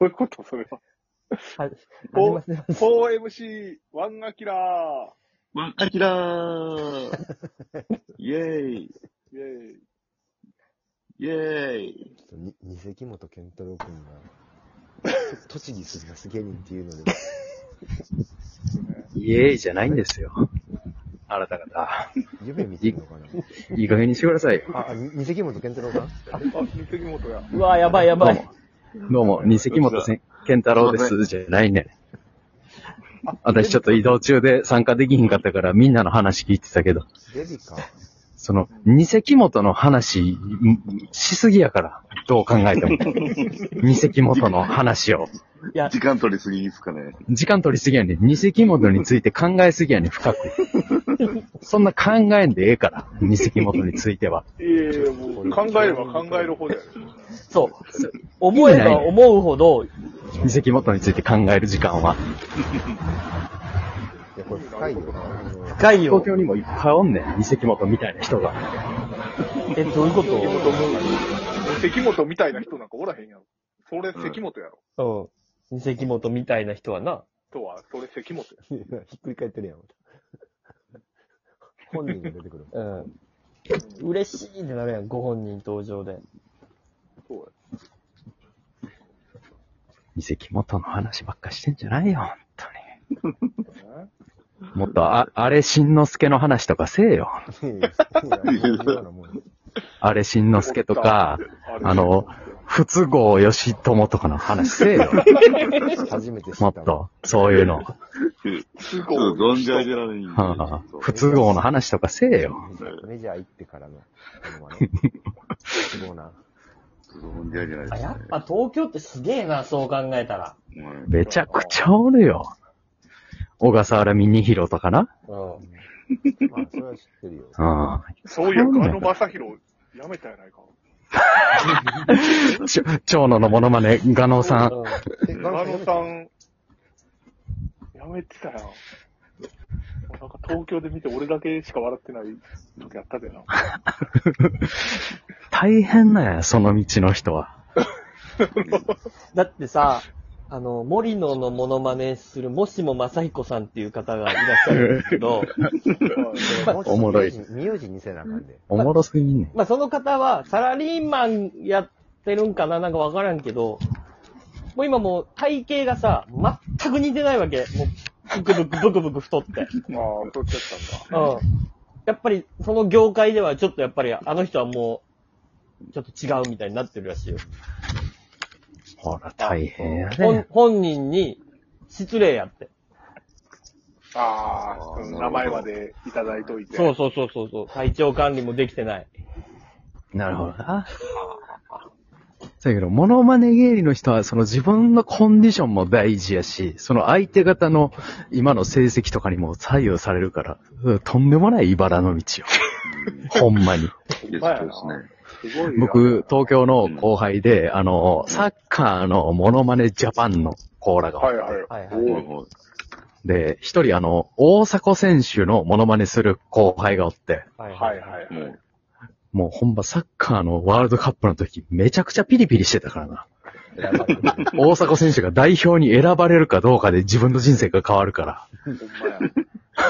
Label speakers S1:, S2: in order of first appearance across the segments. S1: ういうことそれは。
S2: はい。
S1: お
S2: 始まってます。
S1: 4MC、ワンアキラー。
S3: ワンアキラーイェーイ
S1: イェイ。
S3: イェーイ
S4: ちょっとに偽本健太郎君が、と栃木すぎます芸人っていうので、
S5: イエーイじゃないんですよ。あなた方。
S4: 夢見てるのかない
S5: い加減にしてくださいよ。
S4: あ、あ、に偽本健太郎が
S1: あ、関本や。
S2: うわ、やばいやばい。
S5: どうも、ニセキモトケンタロウです。じゃないね。私ちょっと移動中で参加できひんかったからみんなの話聞いてたけど、
S4: デビか。
S5: その、ニセキモトの話、んしすぎやから、どう考え ても。ニセキモトの話を。
S2: いや、
S3: 時間取りすぎですかね。
S5: 時間取りすぎやねん。ニセキモトについて考えすぎやねん、深く。そんな考えんでええから、ニセキモトについては。
S1: いやいや、もう、考えれば考えるほどや。
S2: そう。思えば思うほど、
S5: ニセキモトについて考える時間は。
S4: いや、これ深いよな。あの
S2: 深いよ
S5: 東。京にもいっぱいおんねん、ニセキモトみたいな人が。
S2: え、どういうこと
S1: 関本みたいな人なんかおらへんやろ。それ関本やろ。
S2: うん。偽元みたいな人はな。
S1: とは、それ関本や。
S4: ひっくり返ってるやん。本人が出てくる。
S2: うん。嬉しいってなるやん、ご本人登場で。
S1: そうや。
S5: ニセキモトの話ばっかしてんじゃないよ、本当に。もっと、あ、あれしんのすけの話とかせえよ。
S4: いやいやいや今のもう
S5: あれしんのすけとか、
S1: れ
S5: あの、不都合よしともとかの話せえよ。
S4: 初めて知
S5: も
S4: っ
S5: った
S4: わ。
S5: と、そういうの。
S3: ちょっと存じ上げられないんで。
S5: はあ
S3: ちょっと
S5: 不都合の話とかせえよ。
S4: メジャー行ってからの。ものねすごいな。
S3: 存じ上げられない
S2: やっぱ東京ってすげえな、そう考えたら。
S3: うん
S5: めちゃくちゃおるよ。小笠原ミニヒロとかな。
S2: うん。
S4: まあ、それは知ってるよ。
S5: う
S1: そういや、あの正宏、やめたやないか。
S5: ん。ちょ、長野のモノマネ、ガノさん。
S4: え
S1: 長野さ
S4: ん。
S1: ん、やめてたやん。なんか東京で見て俺だけしか笑ってない時あったでな。
S5: 大変なんや、その道の人は。
S2: だってさ、あの、森野のモノマネする、もしも正彦さんっていう方がいらっしゃるんですけど、
S5: おもろい
S4: 名字にせなあかんで。
S5: おもろすぎんねん。
S2: まあその方はサラリーマンやってるんかななんかわからんけど、もう今もう体型がさ、全く似てないわけ。もう、ブクブクブクブク太って。
S1: まあ、太っちゃったんだ。
S2: うん。やっぱりその業界ではちょっとやっぱりあの人はもう、ちょっと違うみたいになってるらしいよ。
S5: ほら、大変や
S2: 本
S5: ね。
S2: 本人に失礼やって。
S1: ああ、
S3: ー
S1: うん名前までいただいといて。
S2: そうそうそうそうそう。体調管理もできてない。
S5: なるほどな。だけど、モノマネ芸人の人は、その自分のコンディションも大事やし、その相手方の今の成績とかにも左右されるから、うんとんでもない茨の 道よ。ほんまに。
S3: いやそうですね。
S1: すごいな。
S5: 僕、東京の後輩で、あの、サッカーのモノマネジャパンのコーラがおっ
S1: は
S5: て、
S1: いはい。
S2: はいはい。
S3: はい
S1: お
S3: はい
S5: で、一人あの、大迫選手のモノマネする後輩がおって、
S2: はい
S1: はいはい。
S3: も
S5: もうほんまサッカーのワールドカップの時、めちゃくちゃピリピリしてたからな。大迫選手が代表に選ばれるかどうかで自分の人生が変わるから。
S1: ほんまや。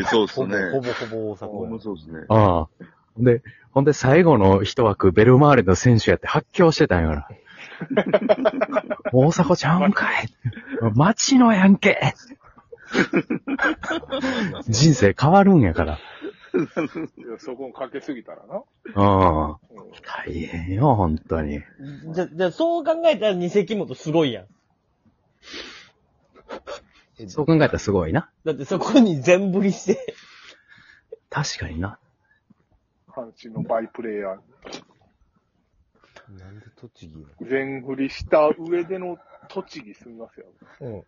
S3: う、そうです
S4: ほぼ
S3: ね。
S4: ほぼほぼ大
S3: ほん
S4: 阪
S3: まそうですね。
S5: ああ。で、ほんで最後の一枠、ベルマーレの選手やって発狂してたんやから。大迫ちゃうんかい町のやんけ人生変わるんやから。
S1: いやそこにかけすぎたらな。
S5: うん。大
S1: うん
S5: 変よ、本当に。
S2: じゃ、じゃ、そう考えたら偽元すごいやん。
S5: そう考えたらすごいな。
S2: だってそこに全振りして。
S5: 確かにな。
S1: 阪神のバイプレイヤー。
S4: や。なんで栃木や
S1: 全振りした上での栃木すみますよ。
S2: うん。
S5: め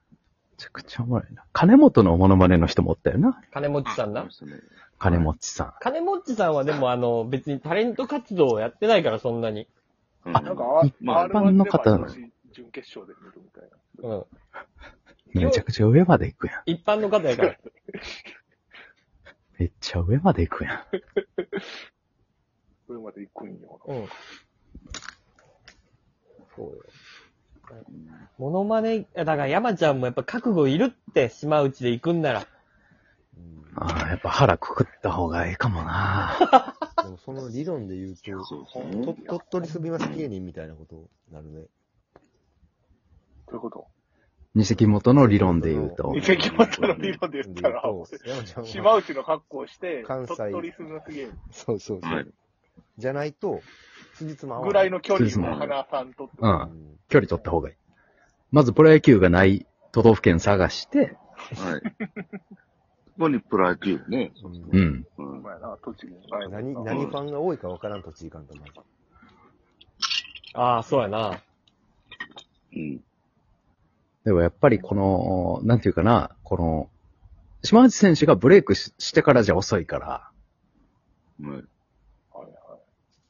S5: ちゃくちゃおもろいな。金本のモノマネの人もおったよな。
S2: 金持ちさんな
S3: そうで。すね
S5: 金持ちさん。
S2: 金持ちさんはでもあの、別にタレント活動をやってないからそんなに。
S3: う
S1: なん
S3: ん
S1: か、
S5: ま
S1: あ
S5: あ
S1: R1
S5: 一般の
S1: で
S5: 方な
S1: 毎
S5: の
S1: 年準決勝で見るみたいな。
S2: うん。
S5: めちゃくちゃ上まで行くやん。
S2: 一般の方やから。
S5: めっちゃ上まで行くやん。
S1: 上まで行くんよ
S2: うん。そうよ。モノマネ、いやだから山ちゃんもやっぱ覚悟いるって、島内で行くんなら。
S4: うん
S5: ああ、やっぱ腹くくった方がええかもな。
S4: でもその理論で言うと、
S3: そうそう
S4: と鳥取住みます芸人みたいなことになるね。
S1: どういうこと
S5: 二石本の理論で言うと
S1: 二。石本の理論で言ったら
S4: で言うと山ちゃんは
S1: 島内の格好をして、
S4: 関西
S1: 鳥取住むすげえ
S4: そうそうそう。
S3: はい
S4: じゃないと、辻褄合わ
S1: ぐ
S4: な
S1: ら
S4: い
S1: いの距離を花さんとって
S5: う。
S4: うんん。
S5: 距離取った方がいい。まずプロ野球がない都道府県探して、
S3: はい。ここにプロ野球ね。
S5: う
S4: うん
S5: ん。
S3: うん
S1: お。前な、栃木の
S4: 何、何ファンが多いかわからんと地域感とまず。
S2: ああ、そうやな。
S3: うん。
S5: でもやっぱりこの、なんていうかな、この、島内選手がブレイクししてからじゃ遅いから、
S3: はい。
S1: はいはい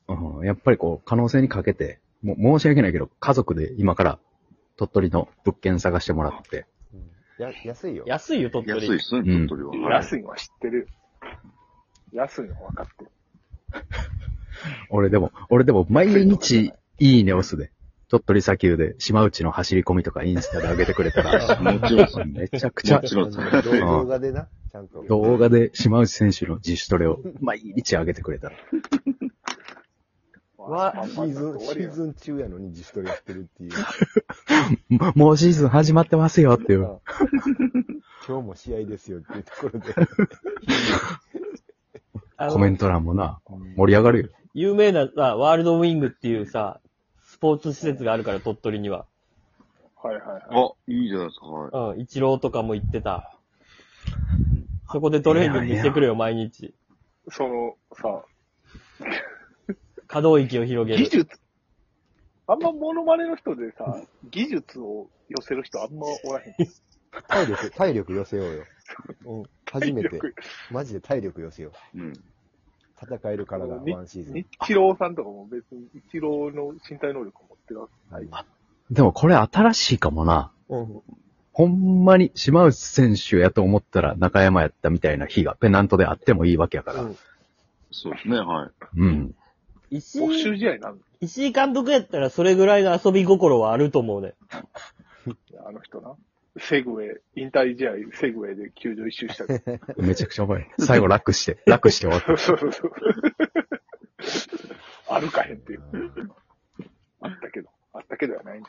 S5: うん、やっぱりこう、可能性にかけて、もう申し訳ないけど、家族で今から鳥取の物件探してもらって、
S4: うんや、安いよ。
S2: 安いよ、鳥
S3: 安
S2: 取。
S3: いっすね、鳥取は。はい。
S1: 安いのは知ってる。安いのは分かってる。
S5: 俺でも、俺でも毎日いいね押すで、鳥取砂丘で島内の走り込みとかインスタで上げてくれたら、
S3: もちろんっす
S5: めちゃくちゃ
S3: もちろんです
S4: あの動画でな、ちゃんと。
S5: 動画で島内選手の自主トレを毎日上げてくれたら、
S2: わ
S1: まあ
S4: シーズン、シー
S1: ン。
S4: ズン中やのに自主トレやってるっていう。
S5: ももうシーズン始まってますよっていう。
S4: あ今日も試合ですよっていうと ころで。
S2: あの
S5: コメント欄もな、盛り上がるよ。
S2: 有名なさ、ワールドウィングっていうさ、スポーツ施設があるから、鳥取には。
S1: はいはいはい。
S3: あ、いいじゃないですか。はい
S2: うん、イチローとかも行ってた。そこでトレーニングしてくれよ、毎日。
S1: その、さ、
S2: 可動域を広げ
S1: 技
S2: る。
S1: 術、あんまモノマネの人でさ、技術を寄せる人あんまおらへん。
S4: 体力、体力寄せようよ。うん、初めて
S1: 体力。
S4: マジで体力寄せよう。
S3: うん。
S4: 戦える体、
S1: に
S4: ワンシーズン
S1: 日。郎さんとかも別に、一郎の身体能力を持ってるわけ。
S4: はい。
S5: でもこれ新しいかもな。
S4: うん。
S5: ほんまに島内選手やと思ったら中山やったみたいな日がペナントであってもいいわけやから。
S4: うん
S3: そうですね、はい。
S5: うん。
S2: 石
S1: 募
S2: 井、
S1: 集試合なんだ
S2: 石井監督やったらそれぐらいの遊び心はあると思うね。
S1: よあの人な。セグウェイ、引退試合、セグウェイで球場一周したり。
S5: めちゃくちゃ重い。最後楽して、楽して終わっ
S1: そうそうそう。歩かへんっていう。あったけど。あったけどやない。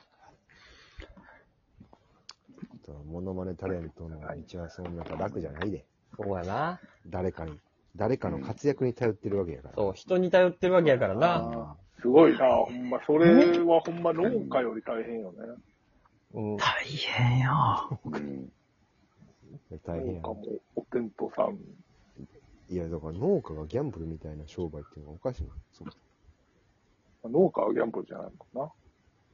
S4: あとはモノマネタレントの道はそんなか楽じゃないで。
S2: そうやな。
S4: 誰かに。誰かの活躍に頼ってるわけやから。
S2: そう、人に頼ってるわけやからな。
S1: あーすごいな、ほんま。それはほんま農家より大変よね。
S2: うん。
S5: た。大変よ。
S3: うん。
S4: 大変
S1: 農家
S4: やな
S1: も、お天道さん。
S4: いや、だから農家がギャンブルみたいな商売っていうのはおかしいな。そう。
S1: 農家はギャンブルじゃないもんな。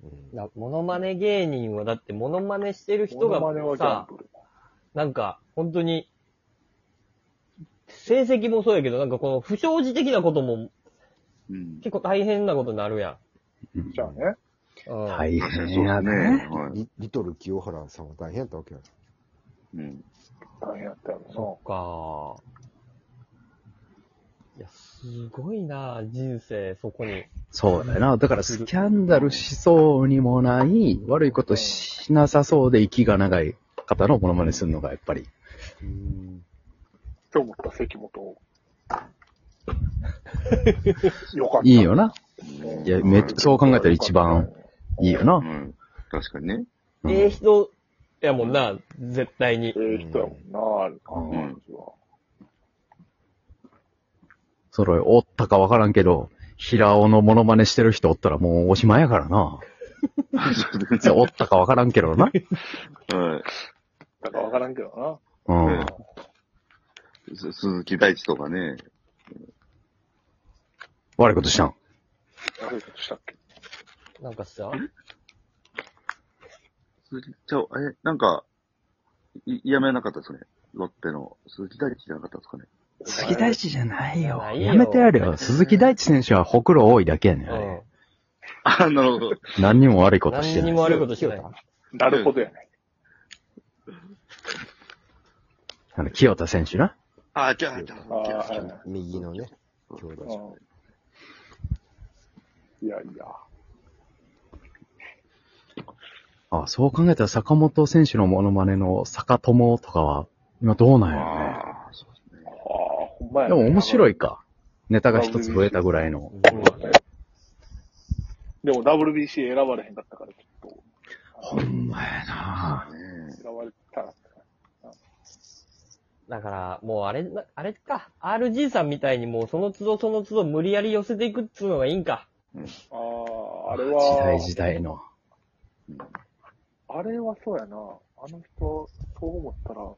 S4: うん。
S2: だモノマネ芸人はだってモノマネしてる人
S1: 人
S2: が
S1: が真似はギャン
S2: さ、
S1: ブル。
S2: なんか、本当に、成績もそうやけど、なんかこの不祥事的なことも
S3: うん。
S2: 結構大変なことになるや
S1: じゃあね。
S2: ん。うん、い。
S5: 大
S3: 確かに
S5: 変
S3: そうです
S5: や
S3: ね。
S5: ね。
S3: はい。
S4: リリトル清原さんは大変やったわけや。
S3: うん。
S1: 大変やったやろ
S2: そっか。いや、すごいな人生、そこに。
S5: そうだよな。だからスキャンダルしそうにもない、悪いことしなさそうで息が長い方のモノマネするのがやっぱり。
S4: うん。
S1: な。今日もった関 本。よかった。
S5: いいよな。
S1: うん。
S5: いや、めっちゃ、そう考えたら一
S1: よか
S5: 番
S1: っ
S5: いいよな
S3: う。ん。確かに ね。
S5: うん
S2: ええ人やもんな、絶対に
S1: た。。ええ人やもんな、ある感じは。
S5: それ、おったかわからんけど、平尾のモノマネしてる人おったらもうおしまいやからな。いやおったかわからんけ どな。
S3: は
S1: だからわからんけど
S5: うん。
S3: い。す鈴木大地とかね。
S5: 悪いことしたん。
S1: な。悪いことしたっけ
S2: なんかさ、
S3: 鈴木、ちゃう、え、なんか、い、やめなかったですね。ロッテの鈴木大地じゃなかったですかね。
S5: 鈴木大地じゃないよ
S2: じゃ。ないよ
S5: やめてやれよ。鈴木大地選手はほくろ多いだけやねんあ
S2: う
S5: れ
S2: ん。。
S3: あ、なるほど。
S5: 何にも悪いことし
S2: 何
S5: てな
S2: に
S5: い。
S2: も悪いことしてない。
S4: 清田
S1: なるほどやね。
S5: あの、清田選手な。
S3: あ、じゃあ、じゃ
S1: ああ、はいはい。
S4: 右のね、兄
S1: う
S4: 弟。
S1: んいやいや。
S5: か。そう考えたら坂本選手のモノマネの坂友とかは、今どうなんやろね。
S3: ああ、そうですね。
S1: ああ、ほんまや、
S5: でも面白
S1: い。
S5: いか。ネタが一つ増えたぐらいの。
S1: でも WBC 選ばれへんかったから、ちょっ
S5: ほんまやな
S3: ね
S1: と、選ばれたら。
S2: だから、もうあれな、あれか。RG さんみたいにもうその都度その都度無理やり寄せていくっつうのがいいんか。
S1: ああ、あれ
S5: 時代
S1: は、
S5: 時代の。
S1: あれはそうやな。あの人、そう思ったら、モ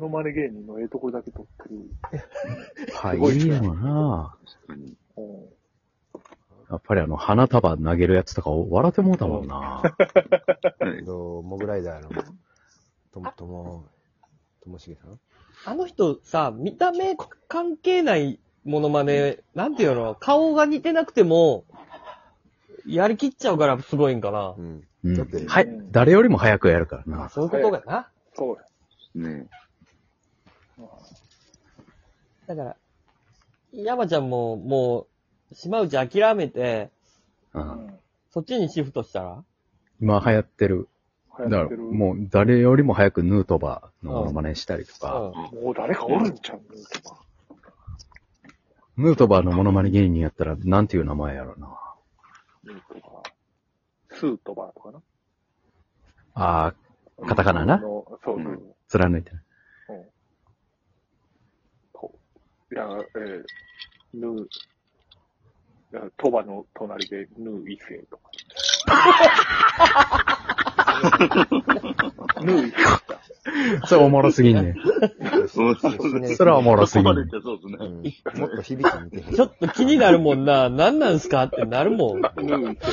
S1: ノマネ芸人のええとこだけ撮ってる。
S5: はい、
S1: すごいっ
S5: い
S1: す
S5: い
S1: ね
S5: よな
S3: 確かに。
S1: うん
S5: やっぱりあの、花束投げるやつとか笑ってもうたもんな
S3: はい
S4: どうモグライダーの、とも、とも、ともしげさん
S2: あの人さ、見た目関係ないモノマネ、なんていうの、顔が似てなくても、やりきっちゃうからすごいんかな。
S4: うん。
S5: うん
S4: だって
S5: はい、誰よりも早くやるからな。
S2: そういうことがな。
S1: そうや。
S3: ね
S2: だから、山ちゃんも、もう、島内諦めて、
S5: う、
S1: うんん。
S2: そっちにシフトしたら
S5: 今流行ってる。だ
S1: 流行
S5: か
S1: っ
S5: ら、
S1: てる。
S5: もう誰よりも早くヌートバーのモノマネしたりとか、
S2: う
S1: もう誰かおるんちゃうとか。
S5: ヌートバーのモノマネ芸人やったら、なんていう名前やろうな。
S1: うんとか。スートバーとかな。
S5: ああ、カタカナな。
S1: のそうそう。
S3: うん
S5: 貫いてる。
S1: そういや、えー、ヌー、いやトバの隣でヌー異性とか。ヌー異性だ。
S5: それおもろすぎんね。 それはおもろす
S3: そ
S5: ぎ
S3: こま
S5: る
S3: でいっ。てそうですね。
S4: うんもっと響き見てる
S2: ん。ちょっと気になるもんな。何なんすかってなるもん。
S1: ヌー異性。